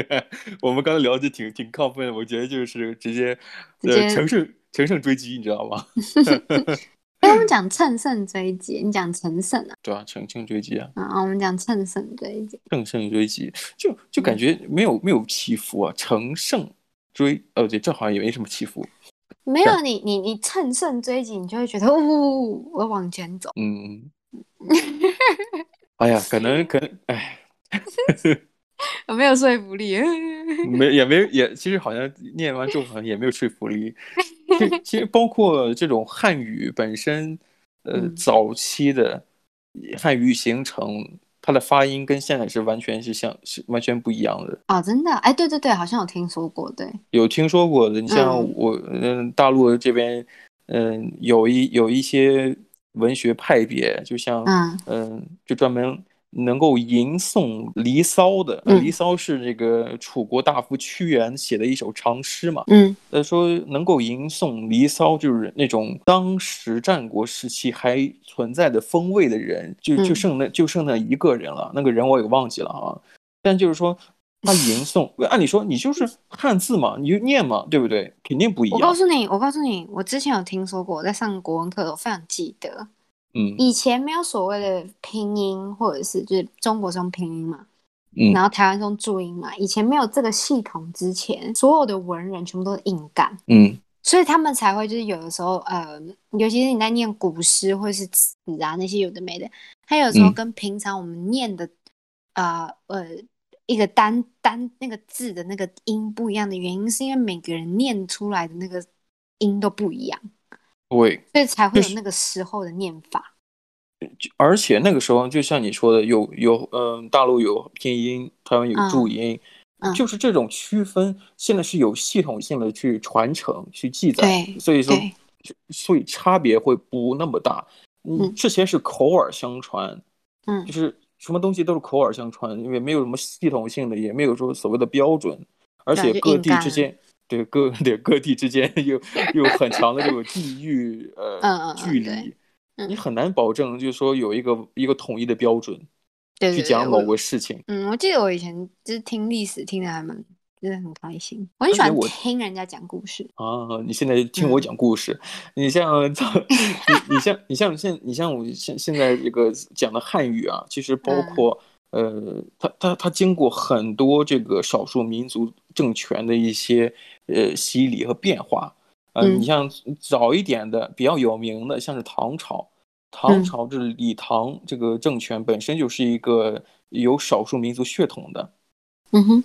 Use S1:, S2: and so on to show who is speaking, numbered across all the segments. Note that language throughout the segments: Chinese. S1: 我们刚才聊的挺挺亢奋的，我觉得就是直接
S2: 直接
S1: 呃乘胜乘胜追击，你知道吗？
S2: 哎，我们讲乘胜追击，你讲乘胜啊，
S1: 对啊，乘胜追击啊，
S2: 啊，我们讲乘胜追击，
S1: 乘胜追击，就就
S2: 嗯
S1: 感觉没有没有起伏啊，乘胜追哦对，这好像也没什么起伏，
S2: 没有你，你你乘胜追击，你就会觉得呜，我往前走。
S1: 嗯，哎呀，可能可能哎。
S2: 我没有说服力。
S1: 没也没也，其实好像念完之后好像也没有说服力。其实其实包括这种汉语本身，呃，
S2: 嗯
S1: 早期的汉语形成，它的发音跟现在是完全是相是完全不一样的。
S2: 哦，真的啊，哎，对对对，好像有听说过，对，
S1: 有听说过的，你像
S2: 嗯
S1: 我，嗯，大陆这边，嗯，有一有一些文学派别，就像，
S2: 嗯
S1: 嗯，就专门能够吟诵《离骚》的，呃
S2: 嗯
S1: 《离骚》是这个楚国大夫屈原写的一首长诗嘛。
S2: 嗯
S1: 呃，说能够吟诵《离骚》，就是那种当时战国时期还存在的风味的人，就就
S2: 嗯
S1: 剩那就剩那一个人了，那个人我也忘记了啊。但就是说，他 吟诵，按理说你就是汉字嘛，你就念嘛，对不对？肯定不一
S2: 我告
S1: 样。
S2: 诉你，我告诉你，我之前有听说过，我在上国文课，我非常记得，
S1: 嗯
S2: 以前没有所谓的拼音，或者是就是中国是用拼音嘛，
S1: 嗯
S2: 然后台湾是用注音嘛，以前没有这个系统之前，所有的文人全部都是硬干，
S1: 嗯
S2: 所以他们才会就是有的时候，呃，尤其是你在念古诗或者是词啊那些有的没的，它有时候
S1: 嗯
S2: 跟平常我们念的，啊呃一个单单那个字的那个音不一样的原因，是因为每个人念出来的那个音都不一样，
S1: 对。
S2: 所以才会
S1: 就
S2: 有那个时候的念法。
S1: 而且那个时候，就像你说的，有有嗯、大陆有拼音，台湾有
S2: 嗯
S1: 注音，
S2: 嗯
S1: 就是这种区分，现在是有系统性的去传承、去记载，
S2: 对
S1: 所以说
S2: 对，
S1: 所以差别会不那么大。嗯，
S2: 嗯
S1: 之前是口耳相传，
S2: 嗯
S1: 就，是什么东西都是口耳相传，因为没有什么系统性的，也没有说所谓的标准，而且
S2: 就
S1: 各
S2: 硬
S1: 地
S2: 干
S1: 之间，对各 对各地之间有有很强的这种地域呃
S2: 嗯嗯嗯
S1: 距离
S2: 对，嗯
S1: 你很难保证就是说有一个一个统一的标准
S2: 对
S1: 去
S2: 对
S1: 讲
S2: 对，
S1: 某
S2: 我
S1: 个事情。
S2: 嗯，我记得我以前就是听历史听的还蛮，真的很开心，我很喜
S1: 而且
S2: 欢
S1: 我
S2: 听人家讲故事。
S1: 啊，你现在听我
S2: 嗯
S1: 讲故事，你像 早你你像你像现你像我现现在这个讲的汉语啊，其实包
S2: 嗯
S1: 括、呃，它它它经过很多这个少数民族政权的一些呃洗礼和变化。呃，
S2: 嗯
S1: 你像早一点的比较有名的，像是唐朝，唐
S2: 嗯
S1: 朝这李唐这个政权本身就是一个有少数民族血统的，
S2: 嗯哼，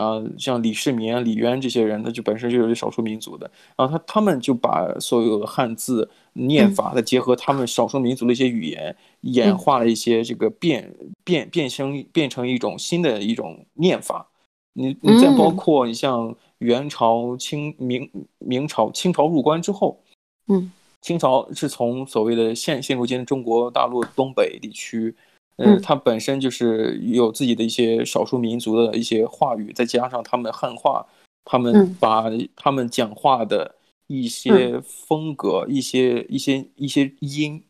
S1: 啊，像李世民啊、李渊这些人，他就本身就是少数民族的，然啊后他他们就把所有的汉字念
S2: 嗯
S1: 法，再结合他们少数民族的一些语言，演化了一些这个变变变声，变成一种新的一种念法。你你再包
S2: 嗯
S1: 括你像元朝、清明明朝、清朝入关之后，
S2: 嗯，
S1: 清朝是从所谓的现现如今的中国大陆东北地区，呃，
S2: 嗯
S1: 它本身就是有自己的一些少数民族的一些话语，再加上他们汉化，他们
S2: 嗯
S1: 把他们讲话的一些风格、一些一些一些音，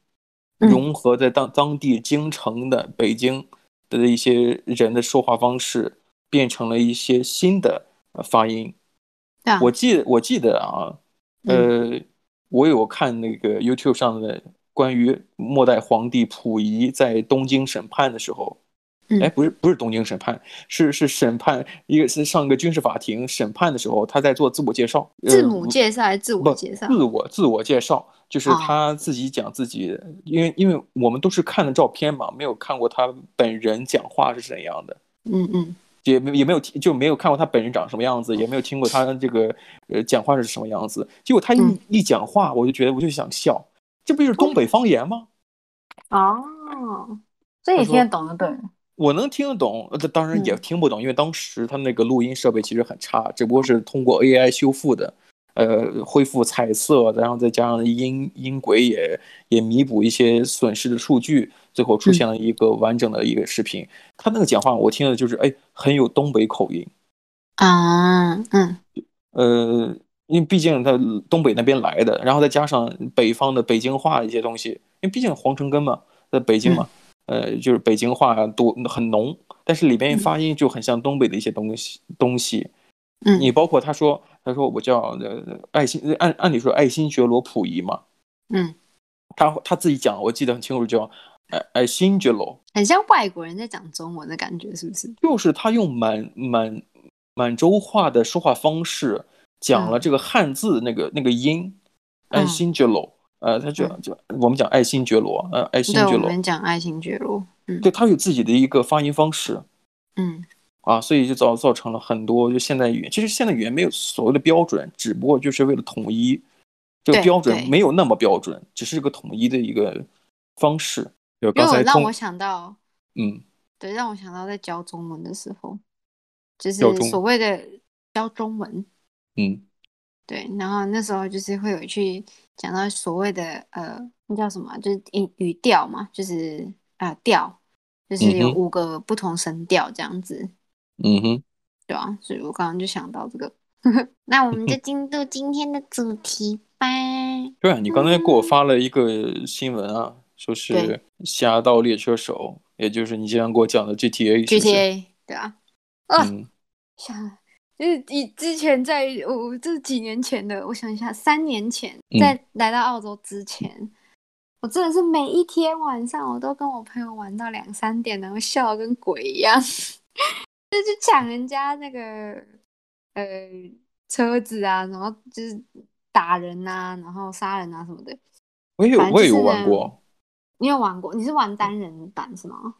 S2: 嗯
S1: 融合在当当地京城的北京的一些人的说话方式，变成了一些新的呃发音。
S2: 对啊，嗯
S1: 我记得我记得啊，呃，我有看那个 YouTube 上的关于末代皇帝溥仪在东京审判的时候，
S2: 嗯
S1: 哎，不是不是东京审判，是是审判，一个是上个军事法庭审判的时候，他在做自我介绍，呃
S2: 字母介绍还是自我
S1: 不
S2: 介绍？
S1: 自我自我介绍，就是
S2: 哦
S1: 他自己讲自己，因为因为我们都是看的照片嘛，没有看过他本人讲话是怎样的。
S2: 嗯嗯
S1: 也没也没有听，就没有看过他本人长什么样子，也没有听过他这个呃讲话是什么样子。结果他一、
S2: 嗯
S1: 一讲话，我就觉得我就想笑，这不就是东北方言吗？
S2: 哦，所以
S1: 他
S2: 你
S1: 说
S2: 听得懂的对了。
S1: 我能听得懂，呃当然也听不懂，因为当时他那个录音设备其实很差，只不过是通过 AI 修复的，呃，恢复彩色，然后再加上音音轨也也弥补一些损失的数据，最后出现了一个完整的一个视频。他那个讲话我听的就是哎很有东北口音。
S2: 啊，嗯
S1: 呃，因为毕竟他东北那边来的，然后再加上北方的北京话一些东西，因为毕竟皇城根嘛，在北京嘛，呃，就是北京话多很浓，但是里边发音就很像东北的一些东西、东西。
S2: 嗯，
S1: 你包括他说，他说我叫呃爱新，按按理说爱新觉罗·溥仪嘛，
S2: 嗯，
S1: 他他自己讲，我记得很清楚，叫爱爱新觉罗，
S2: 很像外国人在讲中文的感觉，是不是？
S1: 就是他用满满满洲话的说话方式讲了
S2: 嗯
S1: 这个汉字那个、那个音，爱
S2: 嗯
S1: 新觉罗，呃，他就就我们讲爱新觉罗，呃，爱新
S2: 对，
S1: 觉
S2: 我
S1: 罗，
S2: 们讲爱新觉罗。嗯
S1: 对他有自己的一个发音方式，
S2: 嗯
S1: 啊，所以就造造成了很多就现代语言。其实现代语言没有所谓的标准，只不过就是为了统一，这个
S2: 对
S1: 标准
S2: 对
S1: 没有那么标准，只是一个统一的一个方式。就
S2: 因
S1: 刚
S2: 为我
S1: 才
S2: 让
S1: 通
S2: 我，想到，
S1: 嗯，
S2: 对，让我想到在教中文的时候，就是
S1: 教中文
S2: 所谓的教中文，
S1: 嗯，
S2: 对，然后那时候就是会有去讲到所谓的呃，那叫什么啊，就是语语调嘛，就是啊、呃调，就是有
S1: 嗯哼
S2: 五个不同声调这样子，
S1: 嗯哼，
S2: 对啊，所以我刚刚就想到这个。 那我们
S1: 嗯
S2: 就进入今天的主题吧。
S1: 对啊，你刚才给我发了一个新闻啊，说是《
S2: 嗯对
S1: 侠盗猎车手》，也就是你经常给我讲的 GTA，是不是？
S2: GTA 对啊，啊
S1: 嗯，
S2: 想就是以之前在我我这几年前的，我想一下，三年前
S1: 嗯
S2: 在来到澳洲之前，我真的是每一天晚上我都跟我朋友玩到两三点，然后笑得跟鬼一样， 就去抢人家那个呃车子啊，然后就是打人啊，然后杀人啊什么的。
S1: 我也有
S2: 反正
S1: 我也
S2: 就
S1: 有
S2: 是
S1: 玩
S2: 呢
S1: 过，
S2: 你有玩过？你是
S1: 嗯
S2: 玩单人版是吗？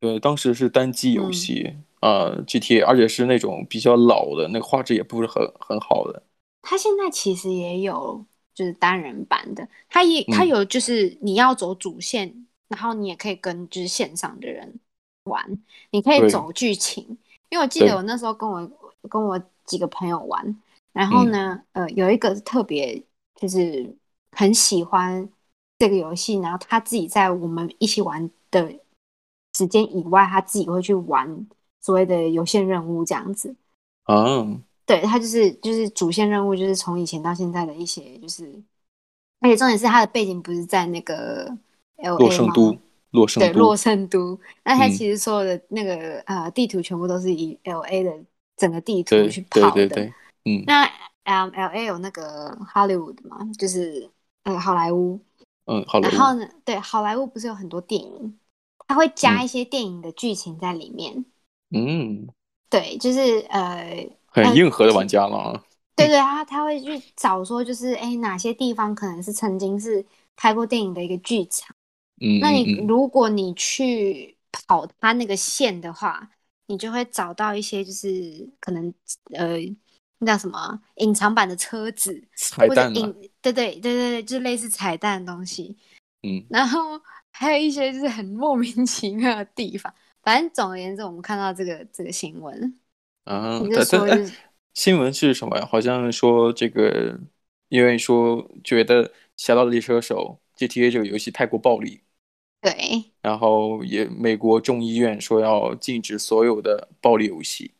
S1: 对，当时是单机游
S2: 嗯
S1: 戏啊，GTA，而且是那种比较老的，那个画质也不是很很好的。
S2: 它现在其实也有就是单人版的，它也它
S1: 嗯
S2: 有就是你要走主线，然后你也可以跟就是线上的人玩，你可以
S1: 对
S2: 走剧情。因为我记得
S1: 对
S2: 我那时候跟我跟我几个朋友玩，然后
S1: 嗯
S2: 呢，呃，有一个特别就是很喜欢这个游戏，然后他自己在我们一起玩的时间以外，他自己会去玩所谓的有线任务这样子。
S1: 啊，
S2: 对，它就是就是主线任务，就是从以前到现在的一些，就是，而且重点是它的背景不是在那个 L
S1: 洛
S2: A
S1: 圣
S2: 吗？
S1: 都，洛圣
S2: 哎对，
S1: 都，
S2: 洛圣都。那它
S1: 嗯
S2: 其实所有的那个、呃地图全部都是以 L A 的整个地图
S1: 对
S2: 去
S1: 对
S2: 跑
S1: 对
S2: 的。
S1: 对，嗯
S2: 那嗯、l A 有那个 Hollywood 嘛，就是呃好莱坞。
S1: 嗯，好了，
S2: 然后呢，对好莱坞不是有很多电影，它会加
S1: 嗯
S2: 一些电影的剧情在里面。
S1: 嗯，
S2: 对，就是呃
S1: 很
S2: 嗯
S1: 硬核的玩家了啊，
S2: 对对，他他会去找说，就是哎，诶哪些地方可能是曾经是拍过电影的一个剧场。
S1: 嗯，
S2: 那
S1: 嗯
S2: 你
S1: 嗯
S2: 如果你去跑他那个线的话，你就会找到一些就是可能呃那叫什么隐藏版的车子，
S1: 彩
S2: 或者
S1: 蛋嘛，
S2: 隐对对对对对，就类似彩蛋的东西。
S1: 嗯
S2: 然后还有一些就是很莫名其妙的地方。反正总而言之，我们看到这个这个新闻，
S1: 啊
S2: 你，
S1: 但
S2: 是
S1: 但
S2: 说就
S1: 哎，
S2: 是
S1: 新闻是什么呀？好像说这个，因为说觉得《侠盗猎车手》GTA 这个游戏太过暴力，
S2: 对。
S1: 然后也美国众议院说要禁止所有的暴力游戏，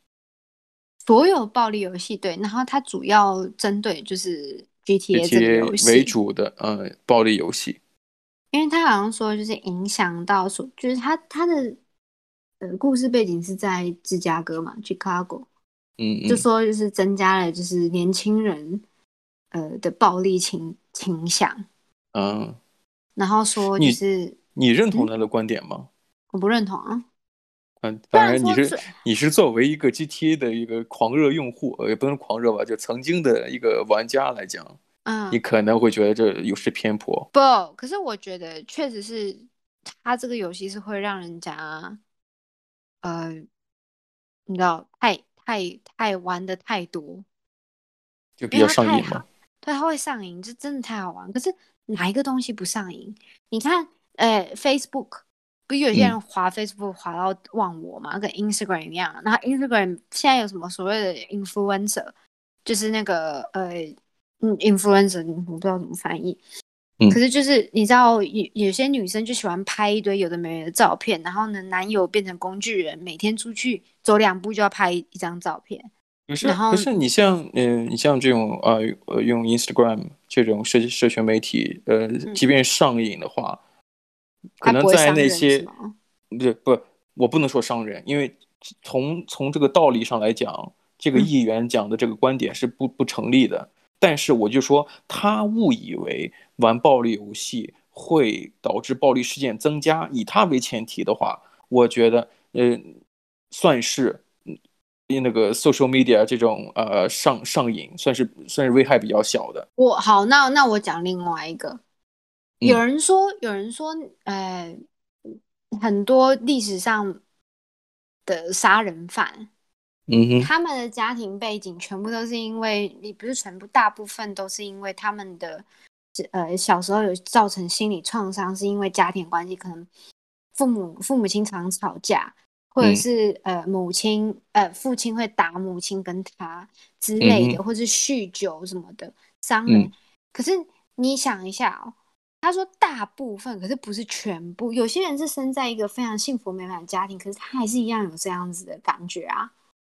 S2: 所有暴力游戏对，然后它主要针对就是 GTA 这个游
S1: GTA
S2: 戏
S1: 为，主的嗯暴力游戏，
S2: 因为它好像说就是影响到所，就是它它的呃故事背景是在芝加哥嘛，Chicago，
S1: 嗯嗯
S2: 就说就是增加了就是年轻人呃的暴力倾倾向，
S1: 嗯，
S2: 然后说
S1: 你
S2: 就是
S1: 你认
S2: 嗯
S1: 同他的观点吗？
S2: 我不认同啊，
S1: 嗯，
S2: 虽
S1: 当
S2: 然
S1: 然你
S2: 说
S1: 是
S2: 最
S1: 你是作为一个 GTA 的一个狂热用户，呃，也不能狂热吧，就曾经的一个玩家来讲，你
S2: 嗯
S1: 可能会觉得这有失偏颇。
S2: 不，可是我觉得确实是它这个游戏是会让人家呃。你知道，太太太玩的太多，
S1: 就比
S2: 因
S1: 较
S2: 为它
S1: 上
S2: 太
S1: 瘾
S2: 好
S1: 嘛。，
S2: 对，它会上瘾，这真的太好玩。可是哪一个东西不上瘾？你看，呃，Facebook 不是有些
S1: 嗯
S2: 人滑 Facebook 滑到忘我嘛，跟 Instagram 一样。然后 Instagram 现在有什么所谓的 influencer，就是那个呃，嗯，influencer，我不知道怎么翻译。
S1: 嗯
S2: 可是就是你知道有有些女生就喜欢拍一堆有的没的照片，然后呢，男友变成工具人，每天出去走两步就要拍一张照片。
S1: 可是
S2: 然后
S1: 可是你像嗯、呃你像这种呃呃用 Instagram 这种社社
S2: 嗯
S1: 群媒体，呃，即便上瘾的话，可
S2: 它
S1: 能
S2: 不会
S1: 在
S2: 伤
S1: 那
S2: 人是
S1: 些
S2: 吗？
S1: 不不，我不能说商人，因为从从这个道理上来讲，这
S2: 嗯
S1: 个议员讲的这个观点是不不成立的。但是我就说，他误以为玩暴力游戏会导致暴力事件增加，以他为前提的话，我觉得，呃，算是嗯那个 social media 这种呃上上瘾，算是算是危害比较小的。
S2: 我好，那那我讲另外一个，
S1: 嗯
S2: 有人说，有人说，呃，很多历史上的杀人犯，
S1: 嗯哼，
S2: 他们的家庭背景全部都是因为，你不是全部，大部分都是因为他们的，呃，小时候有造成心理创伤，是因为家庭关系，可能父母父母亲常吵架，或者
S1: 嗯
S2: 是、呃母亲呃父亲会打母亲跟他之类
S1: 嗯
S2: 的，或是酗酒什么的伤
S1: 嗯
S2: 人。可是你想一下哦，他说大部分，可是不是全部，有些人是生在一个非常幸福美满的家庭，可是他还是一样有这样子的感觉啊。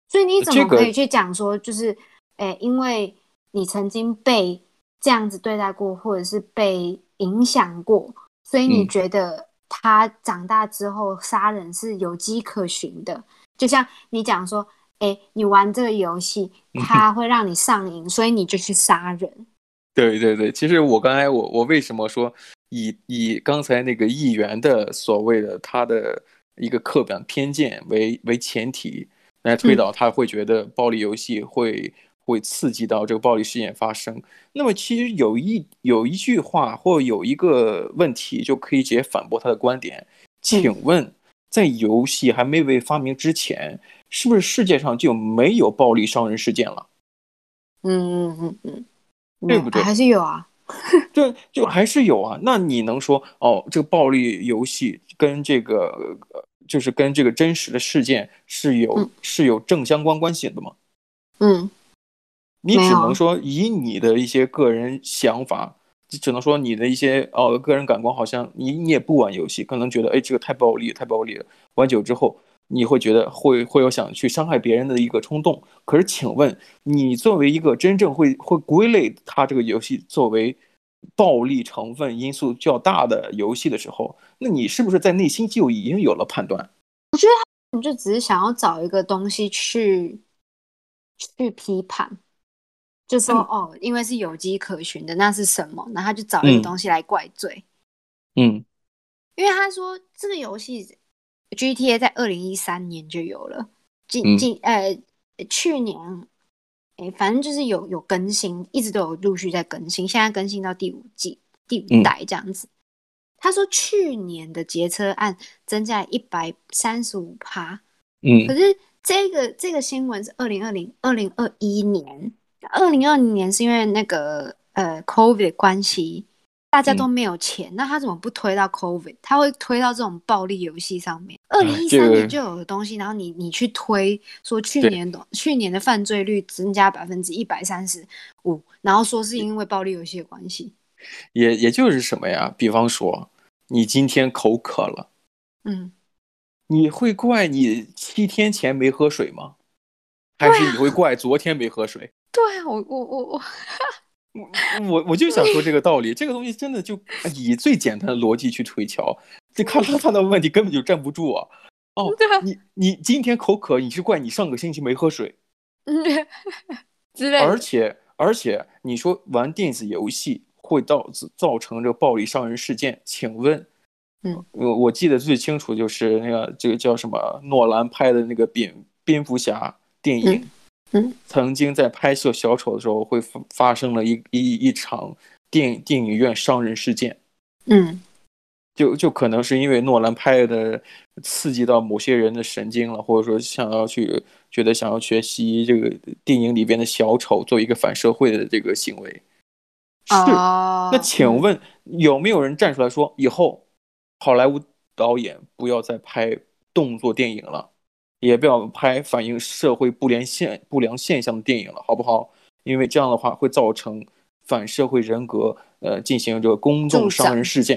S2: 所以你怎么
S1: 呃这个
S2: 可以去讲说，就是，诶、因为你曾经被这样子对待过，或者是被影响过，所以你
S1: 嗯
S2: 觉得他长大之后杀人是有迹可循的？就像你讲说，诶、你玩这个游戏，
S1: 嗯
S2: 它会让你上瘾，所以你就去杀人。
S1: 对对对，其实我刚才我我为什么说以以刚才那个议员的所谓的他的一个刻板偏见为为前提来推导，他会觉得暴力游戏会会刺激到这个暴力事件发生。那么其实有一有一句话或有一个问题就可以直接反驳他的观点，请问在游戏还没被发明之前，是不是世界上就没有暴力伤人事件了？
S2: 嗯嗯嗯嗯，没
S1: 对
S2: 有
S1: 不对
S2: 还是有啊。
S1: 对，就还是有啊。那你能说哦，这个暴力游戏跟这个呃，就是跟这个真实的事件是有、
S2: 嗯
S1: 是有正相关关系的吗？
S2: 嗯
S1: 你
S2: 没
S1: 只
S2: 有
S1: 能说以你的一些个人想法，只只能说你的一些哦个人感官，好像你你也不玩游戏，可能觉得哎这个太暴力太暴力了，玩久之后你会觉得会会有想去伤害别人的一个冲动。可是请问你作为一个真正会会归类它这个游戏作为暴力成分因素较大的游戏的时候，那你是不是在内心就已经有了判断？
S2: 你就只是想要找一个东西去去批判，就
S1: 嗯
S2: 说、哦，因为是有迹可循的，那是什么？然后他就找一个
S1: 嗯
S2: 东西来怪罪，
S1: 嗯
S2: 因为他说这个游戏 GTA 在二零一三年就有了，今
S1: 嗯
S2: 今呃去年，哎，反正就是有有更新，一直都有陆续在更新，现在更新到第五季第五
S1: 嗯
S2: 代这样子。他说去年的劫车案增加一百三十五趴，可
S1: 嗯
S2: 是这个这个新闻是二零二零二零二一年，二零二零年是因为那个呃 COVID 的关系，大家
S1: 嗯
S2: 都没有钱，那他怎么不推到 COVID？他会推到这种暴力游戏上面？二零一
S1: 这
S2: 三
S1: 个
S2: 年就有的东西，然后你你去推说去年的去年的犯罪率增加百分之一百三十五，然后说是因为暴力游戏的关系，
S1: 也也就是什么呀？比方说你今天口渴了。
S2: 嗯，
S1: 你会怪你七天前没喝水吗？还是你会怪昨天没喝水？
S2: 对啊，我我我 我，
S1: 我我就想说这个道理，这个东西真的就哎以最简单的逻辑去推敲，这看他看到问题根本就站不住啊！哦，
S2: 对啊，
S1: 你你今天口渴，你是怪你上个星期没喝水，
S2: 嗯之类
S1: 而
S2: 的，
S1: 且而且你说玩电子游戏会造造成这个暴力伤人事件，请问，
S2: 嗯，
S1: 我我记得最清楚就是那个这个叫什么诺兰拍的那个蝙蝙蝠侠电影，
S2: 嗯嗯
S1: 曾经在拍摄小丑的时候会发发生了一一一场电电影院伤人事件。
S2: 嗯
S1: 就就可能是因为诺兰拍的刺激到某些人的神经了，或者说想要去觉得想要学习这个电影里边的小丑做一个反社会的这个行为。是，
S2: 哦，
S1: 那请问有没有人站出来说，以后好莱坞导演不要再拍动作电影了，也不要拍反映社会不良现不良现象的电影了，好不好？因为这样的话会造成反社会人格，呃，进行这个公众
S2: 助长
S1: 伤人事件，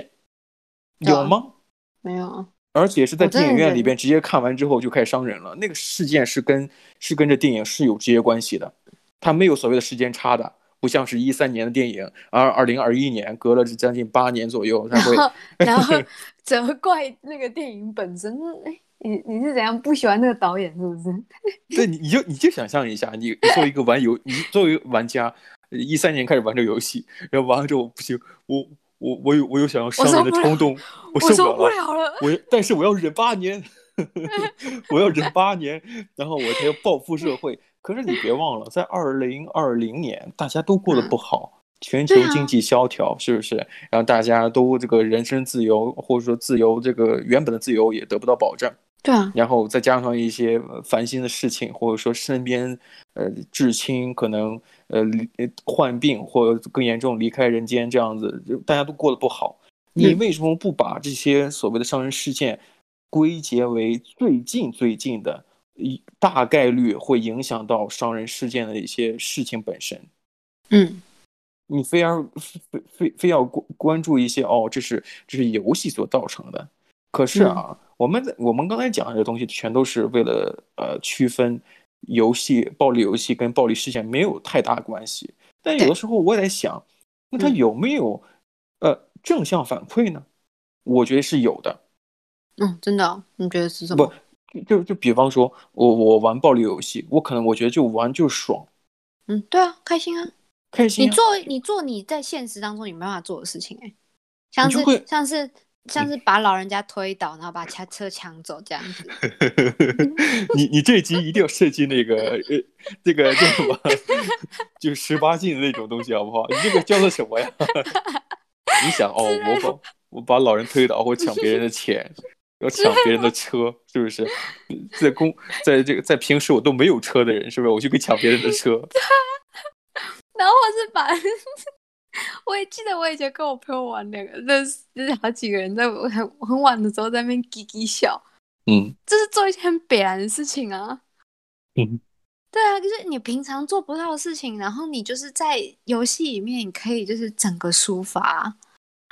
S2: 对啊
S1: 有吗？
S2: 没有啊。
S1: 而且是在
S2: 我真的
S1: 电影院里
S2: 觉
S1: 边直接看完之后就开始伤人了。那个事件是跟是跟这电影是有直接关系的，它没有所谓的时间差的。不像是一三年的电影，而二零二一年隔了将近八年左右才会。
S2: 然后责怪那个电影本身。哎，你你是怎样不喜欢那个导演是不是？
S1: 对，你你就你就想象一下，你作为一个玩游，你作为玩家，一三年开始玩这个游戏，然后玩了之后不行，我我我有我有想要伤人的冲动，我
S2: 我
S1: 受
S2: 受
S1: 不
S2: 不
S1: 了了，
S2: 了了，
S1: 我但是我要忍八年， 我要忍八年，然后我才要报复社会。可是你别忘了，在二零二零年，大家都过得不好，全球
S2: 对啊
S1: 经济萧条，是不是？然后大家都这个人身自由，或者说自由这个原本的自由也得不到保障。
S2: 对啊，
S1: 然后再加上一些呃烦心的事情，或者说身边呃至亲可能呃离呃患病，或者更严重离开人间这样子，就大家都过得不好。你
S2: 嗯
S1: 为什么不把这些所谓的伤人事件归结为最近最近的一大概率会影响到伤人事件的一些事情本身？
S2: 嗯，
S1: 你非要非非非要关关注一些哦，这是这是游戏所造成的。可是啊，
S2: 嗯
S1: 我们我们刚才讲的这东西，全都是为了呃区分游戏暴力游戏跟暴力事件没有太大关系。但有的时候我也在想，那它
S2: 嗯
S1: 有没有、呃正向反馈呢？我觉得是有的。
S2: 嗯，真的哦、你觉得是什
S1: 不
S2: 么？
S1: 就就比方说，我我玩暴力游戏，我可能我觉得就玩就爽，
S2: 嗯，对啊，开心啊。
S1: 开心、啊。
S2: 你做你做你在现实当中你没办法做的事情、欸，哎，像
S1: 你就是会嗯
S2: 像是像是把老人家推倒，然后把他车抢走这样 子。
S1: 你你这集一定要设计那个呃，这个叫什么， 就十八禁的那种东西，好不好？你这个叫做什么呀？ 你想哦，我把我把老人推倒，或抢别人的钱，要抢别人的车，是不是？在公在这个在平时我都没有车的人，是不是？我就可以抢别人的车，
S2: 然后或是把， 我也记得我以前跟我朋友玩那个，认识就是好几个人在很很晚的时候在那边叽叽笑，
S1: 嗯。
S2: 就是做一些很北然的事情啊。
S1: 嗯，
S2: 对啊，就是你平常做不到的事情，然后你就是在游戏里面，你可以就是整个抒发啊。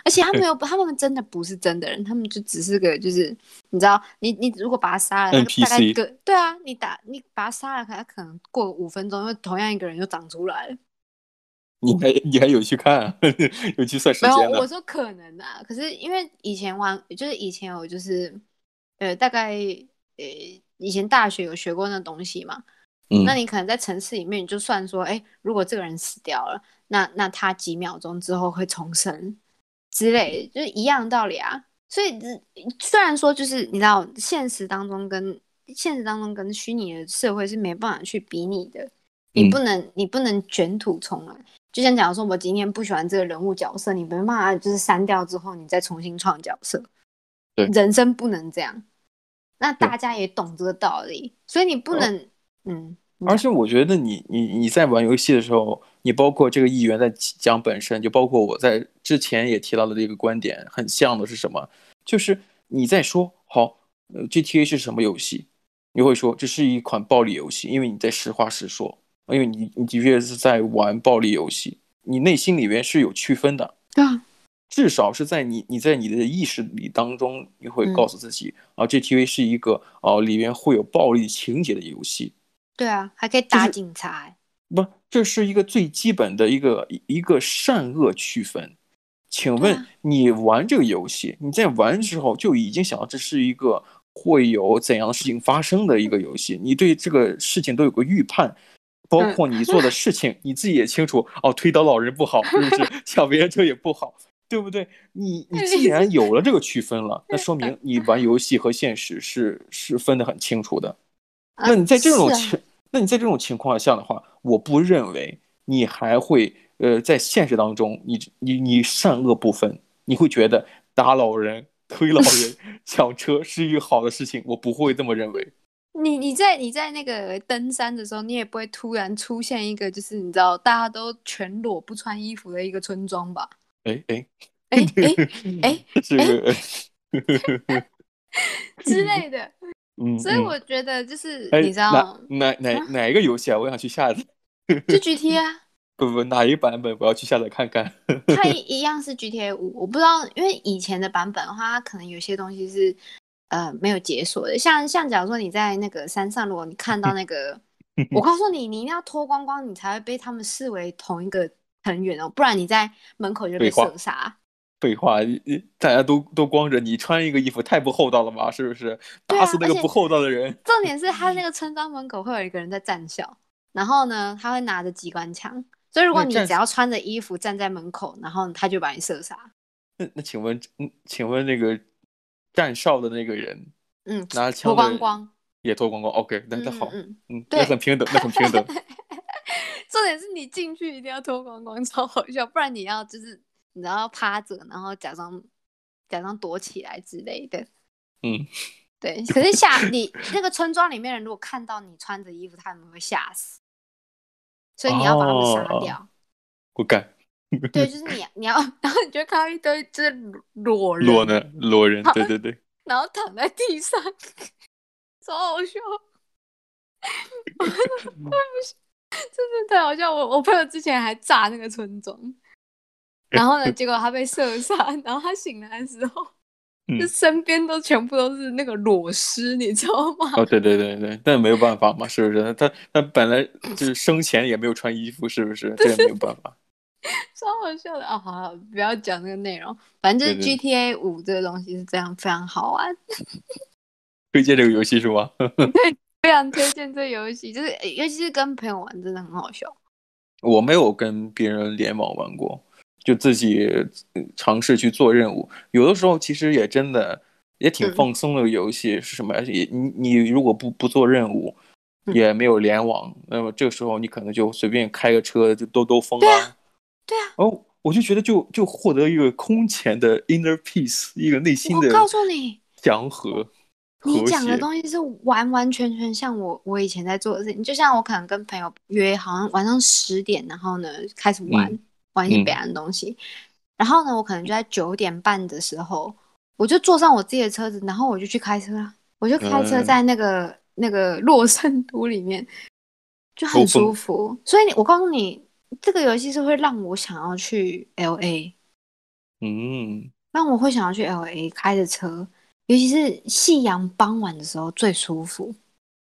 S2: 而且他们有，他们真的不是真的人，他们就只是个，就是你知道，你你如果把他杀了，他
S1: NPC
S2: 大概个对啊，你打你把他杀了，他可能过五分钟，又同样一个人又长出来了。
S1: 你还你还有去看、啊， 有去算时
S2: 没有，
S1: 间啊
S2: 我
S1: 的，
S2: 说可能啊，可是因为以前玩，就是以前我就是，呃，大概呃，以前大学有学过那东西嘛，
S1: 嗯
S2: 那你可能在城市里面，你就算说，哎、如果这个人死掉了，那那他几秒钟之后会重生之类，就是一样的道理啊。所以只虽然说就是你知道，现实当中跟现实当中跟虚拟的社会是没办法去比拟的，
S1: 嗯
S2: 你不能、你不能卷土重来。就像假如说我今天不喜欢这个人物角色，你没办法就是删掉之后，你再重新创角色。
S1: 对
S2: 人生不能这样。那大家也懂这个道理，所以你不
S1: 哦
S2: 能、嗯。你
S1: 而且我觉得你你你在玩游戏的时候，你包括这个议员在讲本身，就包括我在之前也提到的这个观点，很像的是什么？就是你在说好，呃，GTA 是什么游戏？你会说这是一款暴力游戏，因为你在实话实说，因为你你的确是在玩暴力游戏，你内心里面是有区分的。
S2: 对啊，
S1: 至少是在你你在你的意识里当中，你会
S2: 嗯
S1: 告诉自己、啊，GTA 是一个啊里面会有暴力情节的游戏，
S2: 对啊，还可以打
S1: 是
S2: 警察欸、
S1: 不，这是一个最基本的一个一一个善恶区分。请
S2: 对
S1: 问
S2: 啊
S1: 你玩这个游戏，你在玩的时候就已经想到这是一个会有怎样的事情发生的一个游戏，你对这个事情都有个预判，包
S2: 嗯
S1: 括你做的事情，你自己也清楚。哦，推倒老人不好，是不 是？抢别人车也不好，对不对？你你既然有了这个区分 了，那说明你玩游戏和现实是是分得很清楚的。
S2: 啊
S1: 那你在这种
S2: 是啊
S1: 情，那你在这种情况下的话，我不认为你还会呃在现实当中，你你你善恶不分，你会觉得打老人、推老 人、抢车是一个好的事情，我不会这么认为。
S2: 你你在你在那个登山的时候，你也不会突然出现一个就是你知道大家都全裸不穿衣服的一个村庄吧？
S1: 哎哎
S2: 哎 哎哎
S1: 这个
S2: 之类的，
S1: 嗯，
S2: 所以
S1: 嗯
S2: 我觉得就是、
S1: 哎
S2: 你知道，
S1: 哪哪哪
S2: 啊
S1: 哪一个游戏啊？我想去下载，
S2: 就 GTA 啊，
S1: 不不，哪一个版本我要去下载看看。
S2: 它一一样是 GTA 五，我不知道，因为以前的版本的话，它可能有些东 西是呃没有解锁的，像像假如说你在那个山上，如果你看到那个我告诉你，你一定要脱光光，你才会被他们视为同一个成员哦，不然你在门口就被射杀。
S1: 废话，大家都都光着，你穿一个衣服太不厚道了吧？是不是？
S2: 对啊
S1: 打死那个不厚道的人。
S2: 重点是他那个村庄门口会有一个人在站哨，然后呢，他会拿着机关枪，所以如果
S1: 那
S2: 你
S1: 站
S2: 只要穿着衣服站在门口，然后他就把你射杀。
S1: 那那请问，嗯请问那个站哨的那个人
S2: 嗯，
S1: 拿着枪
S2: 脱
S1: 的人
S2: 光光，
S1: 也脱光光？OK，那那好，
S2: 嗯嗯嗯
S1: 嗯，
S2: 对
S1: 那很平等，那很平 等。
S2: 重点是你进去一定要脱光光，超好笑，啊不然你要就是你知道趴着，然后假装假装躲起来之类的。
S1: 嗯，
S2: 对。可是吓你那个村庄里面人如果看到你穿着衣服，他们会吓死，所以你要把他们
S1: 哦
S2: 杀掉。
S1: 我干，
S2: 对，就是 你你要，然后你就看到一堆就是裸人，
S1: 裸呢，裸人，对对 对，
S2: 然后躺在地上，超好笑。
S1: 嗯
S2: 真的太好笑！我我朋友之前还炸那个村庄，然 后呢，结果他被射杀，然后他醒来的时候，
S1: 嗯
S2: 就身边都全部都是那个裸尸，你知道吗？
S1: 哦，对对对对，但没有办法嘛，是不是？他他本来就是生前也没有穿衣服，是不是？这也没有办法。
S2: 超好笑的啊！好好，不要讲这个内容，反正就是
S1: 对
S2: GTA 五这个东西是这样，非常好玩，
S1: 推荐这个游戏是吗？
S2: 非常推荐这游戏，就是诶尤其是跟朋友玩，真的很好笑。
S1: 我没有跟别人联网玩过，就自己呃尝试去做任务。有的时候其实也真的也挺
S2: 嗯
S1: 放松的游戏是什么？而且也你你如果不不做任务，
S2: 嗯
S1: 也没有联网，那么这个时候你可能就随便开个车就兜兜风
S2: 对啊
S1: 啊。
S2: 对啊，
S1: 哦，我就觉得就就获得一个空前的 inner peace，一个内心的
S2: 我告诉你，
S1: 祥和。
S2: 你
S1: 和
S2: 讲的
S1: 谐
S2: 东西是完完全全像我我以前在做的事情，就像我可能跟朋友约，好像晚上十点，然后呢开始玩、玩一些
S1: 嗯
S2: 北岸的东西，然后呢我可能就在九点半的时候，我就坐上我自己的车子，然后我就去开车了，我就开车
S1: 嗯
S2: 在那个、那个洛圣都里面，就
S1: 欧
S2: 很
S1: 风
S2: 舒服。所以你我告诉你，这个游戏是会让我想要去 L A。
S1: 嗯，
S2: 让我会想要去 L A 开着车，尤其是夕阳傍晚的时候最舒服。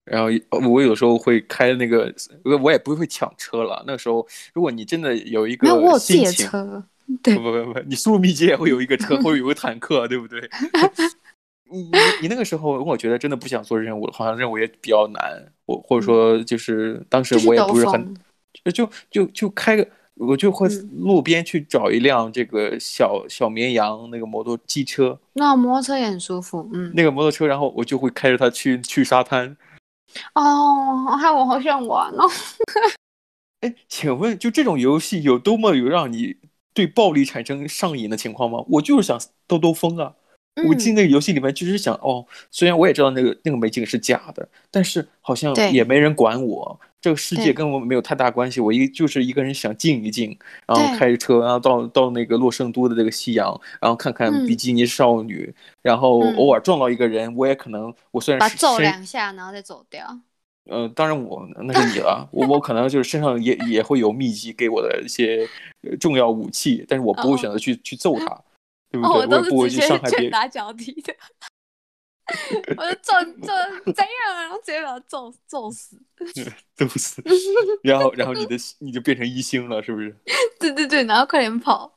S1: 然后我有时候会开那个，我我也不会抢车了。那个时候，如果你真的有一个
S2: 没有，我有自己
S1: 心
S2: 的
S1: 情，
S2: 车，
S1: 不不不不，你速密接也会有一个车，会有一个坦克，对不 对？你你你那个时候，我觉得真的不想做任务了，好像任务也比较难，我或者说就是当时
S2: 嗯就是
S1: 我也
S2: 兜
S1: 不是很
S2: 风。
S1: 就就就就开个，我就会
S2: 嗯
S1: 路边去找一辆这个小小绵羊那个摩托机车，
S2: 那摩托车也很舒服，嗯。
S1: 那个摩托车，然后我就会开着它去去沙滩。
S2: 哦，害我好想玩 哦。
S1: 哎，请问就这种游戏有多么有让你对暴力产生上瘾的情况吗？我就是想兜兜风啊。我进
S2: 嗯，
S1: 那个游戏里面就是想，哦，虽然我也知道那个那个美景是假的，但是好像
S2: 对
S1: 也没人管我，这个世
S2: 对
S1: 界跟我没有太大关系。我一就是一个人想静一静，然后
S2: 对
S1: 开着车，然后到到那个洛圣都的这个夕阳，然后看看
S2: 嗯
S1: 比基尼少女，然后
S2: 嗯
S1: 偶尔撞到一个人，我也可能我虽
S2: 把
S1: 然是
S2: 揍
S1: 身
S2: 两下，然后再走掉。
S1: 呃，当然我那是你了，我我可能就是身上也也会有秘籍给我的一些呃重要武器，但是我不
S2: 哦
S1: 会选择去去揍他，对不对？
S2: 哦，我
S1: 我
S2: 都
S1: 也不会
S2: 是
S1: 去
S2: 直接
S1: 伤害别
S2: 拳
S1: 人。
S2: 打脚踢的。我就揍揍怎样，啊然后直接把他揍揍死。
S1: 都 是，然后然后你的你就变成一星了，是不是？
S2: 对对对，然后快点跑。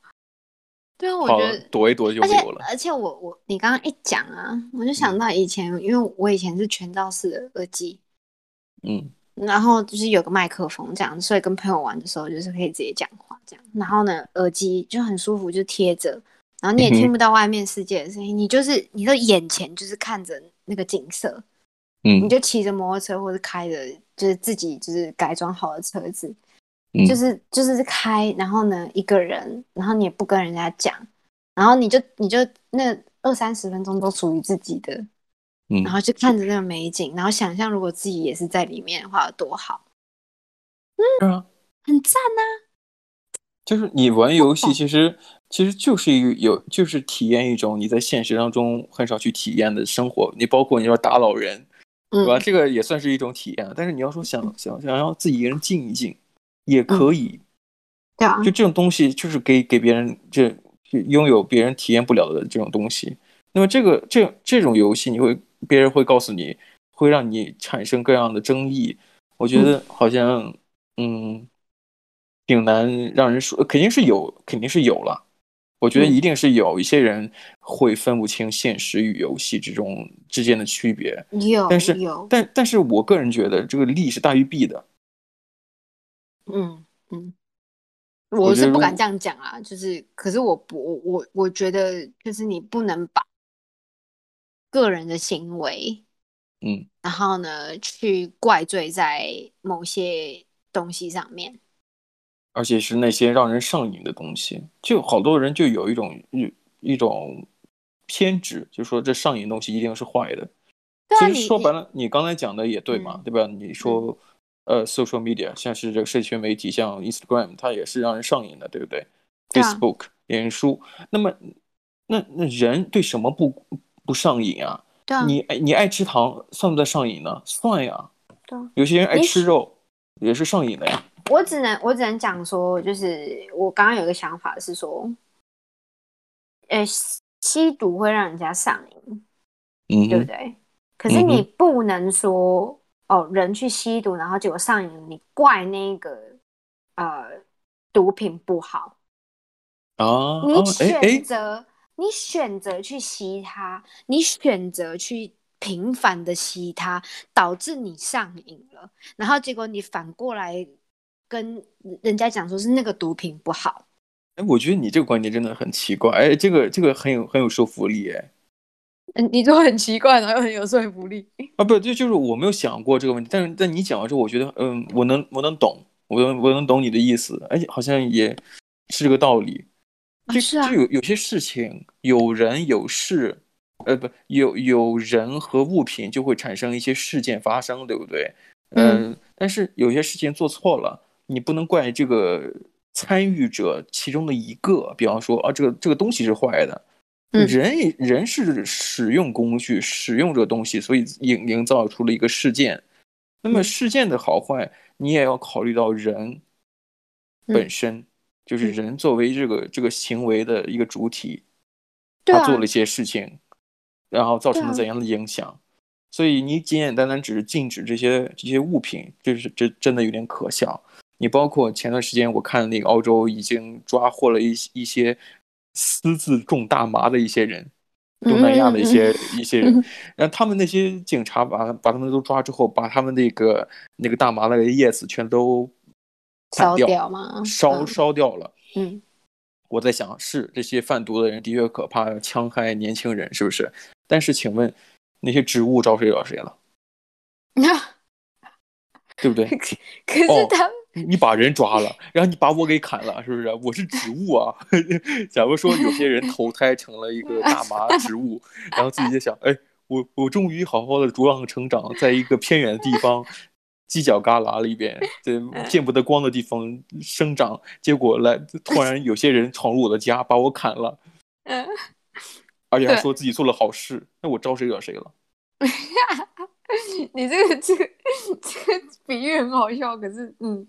S2: 对啊，我
S1: 好
S2: 觉得
S1: 躲一躲就
S2: 而
S1: 没
S2: 且
S1: 有了。
S2: 而且我我你刚刚一讲啊，我就想到以前，因为我以前是全罩式的耳机，
S1: 嗯
S2: 然后就是有个麦克风这样，所以跟朋友玩的时候就是可以直接讲话这样。然后呢，耳机就很舒服，就贴着，然后你也
S1: 嗯哼
S2: 听不到外面世界的声音，你就是你的眼前就是看着那个景色，你
S1: 嗯，
S2: 就骑着摩托车或者开着就是自己就是改装好的车子，
S1: 嗯
S2: 就是就是开，然后呢一个人，然后你也不跟人家讲，然后你就你就那二三十分钟都属于自己的，
S1: 嗯
S2: 然后就看着那个美景，然后想象如果自己也是在里面的话有多好，
S1: 是啊，
S2: 很赞呐、
S1: 就是
S2: 嗯
S1: 你玩游戏，
S2: 懂
S1: 其实其实就是一有就是体验一种你在现实当中很少去体验的生活。你包括你要打老人，对啊吧？
S2: 嗯，
S1: 这个也算是一种体验。但是你要说想想想要自己一个人静一静，也可以。
S2: 对啊
S1: 就，这种东西，就是给给别人这就拥有别人体验不了的这种东西。那么这个这这种游戏，你会别人会告诉你，会让你产生各样的争议，我觉得好像嗯，挺难让人说，肯定是有，肯定是有了。我觉得一定是有一些人会分不清现实与游戏之中之间的区别，
S2: 有，
S1: 但是
S2: 哦有，
S1: 但但是我个人觉得这个利是大于弊的。
S2: 嗯嗯，
S1: 我
S2: 我
S1: 觉
S2: 是
S1: 得
S2: 不
S1: 如
S2: 敢
S1: 果
S2: 这样讲啊，就是，可是我不，我我我觉得就是你不能把个人的行为，
S1: 嗯，
S2: 然后呢去怪罪在某些东西上面。
S1: 而且是那些让人上瘾的东西，就好多人就有一种一一种偏执，就说这上瘾的东西一定是坏的。
S2: 对
S1: 其
S2: 啊，
S1: 实
S2: 你
S1: 说白
S2: 你
S1: 了，你刚才讲的也对嘛，
S2: 嗯
S1: 对吧？你说，呃，social media，像是这个社群媒体，像 Instagram，它也是让人上瘾的，对不对
S2: 对啊
S1: ？Facebook、脸书，那么，那那人对什么不不上瘾啊？
S2: 对啊，
S1: 你你爱吃糖，算不算上瘾呢？算呀
S2: 对啊。
S1: 有些人爱
S2: 你
S1: 吃肉，也是上瘾的呀。
S2: 我只能我只能讲说，就是我刚刚有一个想法是说，呃，吸吸毒会让人家上瘾，
S1: 嗯
S2: 对不
S1: 哼，
S2: 对？可是你
S1: 嗯
S2: 不能说哦，人去吸毒，然后结果上瘾，你怪那个呃毒品不好，
S1: 啊，
S2: 你
S1: 哦，哎
S2: 选
S1: 哎，
S2: 择、你选择去吸它，你选择去频繁的吸它，导致你上瘾了，然后结果你反过来跟人家讲说是那个毒品不好，
S1: 哎，我觉得你这个观点真的很奇怪，哎，这个这个很有很有说服力，哎。
S2: 嗯，你都很奇怪，然后又很有说服力。
S1: 啊，不，就就是我没有想过这个问题，但是但你讲完之后，我觉得，嗯，我能我能懂，我能我能懂你的意思，而且好像也是这个道理。
S2: 啊
S1: 就是
S2: 啊
S1: 就有有些事情，有人有事，呃，不，有有人和物品就会产生一些事件发生，对不对？
S2: 嗯
S1: 嗯，但是有些事情做错了，你不能怪这个参与者其中的一个，比方说啊，这个这个东西是坏的，
S2: 嗯
S1: 人也人是使用工具，使用这个东西，所以营营造出了一个事件。那么
S2: 嗯
S1: 事件的好坏，你也要考虑到人本
S2: 嗯
S1: 身，就是
S2: 嗯
S1: 人作为这个这个行为的一个主体，
S2: 对
S1: 他
S2: 啊，
S1: 做了一些事情，然后造
S2: 对
S1: 成了
S2: 啊，
S1: 怎样的影响。所以你简简单单只是禁止这些这些物品，这是这真的有点可笑。你包括前段时间我看那个澳洲已经抓获了一些一些私自种大麻的一些人，
S2: 嗯
S1: 东南亚的一
S2: 嗯嗯
S1: 些一些 人，然后他们那些警察把把他们都抓之后，把他们那个那个大麻的叶子全都砍
S2: 烧
S1: 掉、
S2: 掉嘛，
S1: 烧
S2: 嗯
S1: 烧掉了。
S2: 嗯，
S1: 我在想，是这些贩毒的人的确可怕，戕害年轻人，是不是？但是，请问那些植物招谁惹谁了，对不 对？
S2: 可可是
S1: 哦，
S2: 他们
S1: 你你把人抓了，然后你把我给砍了，是不是？我是植物啊。 假如说有些人投胎成了一个大麻植物，然后自己就想，哎，我我终于好好的茁壮成长，在一个偏远的地方，犄角旮旯里边，在见不得光的地方生长，结果来突然有些人闯入我的家，把我砍了，
S2: 嗯，
S1: 而且还
S2: 对。
S1: 说自己做了好事，那我招谁惹谁了？
S2: 你这个这个这个比喻很好笑，可是嗯，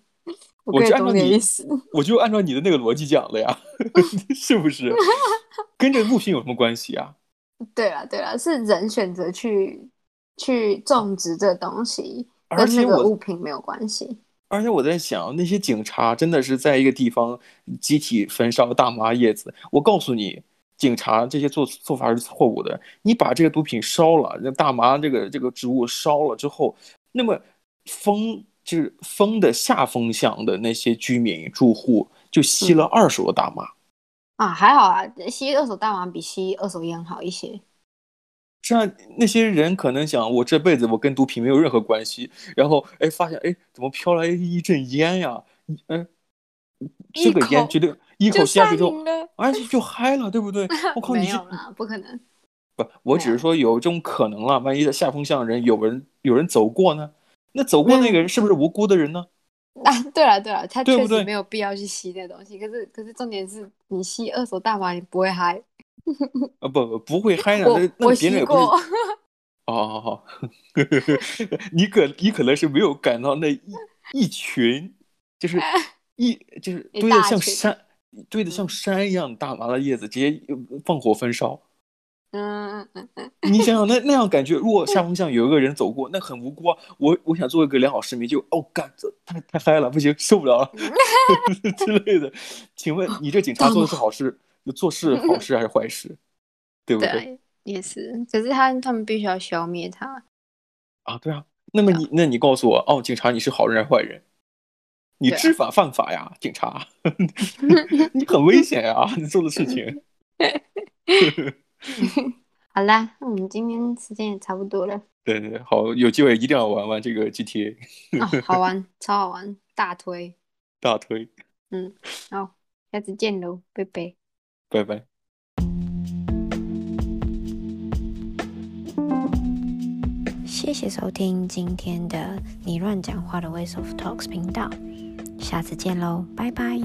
S2: 我
S1: 我
S2: 可以
S1: 就按
S2: 懂
S1: 照
S2: 你的
S1: 你，
S2: 意思。
S1: 我就按照你的那个逻辑讲的呀， 是不是？ 跟这个物品有什么关系啊？
S2: 对啦对啦，是人选择去去种植这东西，
S1: 而
S2: 跟那
S1: 且
S2: 个
S1: 我，
S2: 物品没有关系。
S1: 而且我在想，那些警察真的是在一个地方集体焚烧大麻叶子。我告诉你，警察这些做做法是错误的。你把这个毒品烧了，那大麻这个这个植物烧了之后，那么风就是风的下风向的那些居民住户就吸了
S2: 嗯
S1: 二手的大麻。
S2: 啊，还好啊，吸二手大麻比吸二手烟好一些。
S1: 这样那些人可能想，我这辈子我跟毒品没有任何关系，然后哎发现哎怎么飘来一阵烟呀？嗯，这
S2: 一
S1: 个烟
S2: 口
S1: 绝对一口
S2: 就
S1: 吸下去
S2: 上
S1: 之后，
S2: 瘾了？
S1: 哎就就嗨了，对不 对？我靠，你
S2: 没
S1: 这
S2: 有啊啦，不可能，
S1: 不，我
S2: 没
S1: 只是
S2: 有
S1: 说有这种可能了，万一在下风向人有人有人走过呢？那走
S2: 没
S1: 过
S2: 有
S1: 那个人是不是无辜的人呢？
S2: 啊。对了对了，他
S1: 对
S2: 确
S1: 不
S2: 实
S1: 对？
S2: 没有必要去吸那东西。可是可是重点是你吸二手大麻，你不会嗨。
S1: 啊不不会嗨呢，
S2: 我
S1: 那
S2: 我
S1: 那别人
S2: 吸
S1: 也不是
S2: 过，
S1: 哦 哦哦， 你可你可能是没有赶到那一一群， 就是一就是
S2: 一
S1: 堆得
S2: 大
S1: 像
S2: 群，
S1: 山堆得像
S2: 嗯，
S1: 山一样大麻的叶子，直接呃放火焚烧。
S2: 嗯嗯嗯嗯，
S1: 你想想那那样感觉，如果下风巷有一个人走过，那很无辜啊。我我想做一个良好市民，就哦干，这太太嗨了，不行，受不了 了之类的。请问你这警察做的是好事，做事好事还是坏事？对不对？
S2: 对，啊也是。可是他他们必须要消灭他，
S1: 啊，对啊。那么你那你告诉我，哦，警察你是好人还是坏人？你
S2: 对啊
S1: 知法犯法呀，警察，你很危险呀，你做的事情。
S2: 好啦，那我们今天时间也差不多 了。
S1: 对对，对好，有机会一定要玩玩这个 GTA
S2: 哦，好玩，超好玩，大推。
S1: 大推，
S2: 好，下次见喽，拜拜。
S1: 拜拜。
S3: 谢谢收听今天的你乱讲话的 Ways of Talks 频道，下次见喽，拜拜。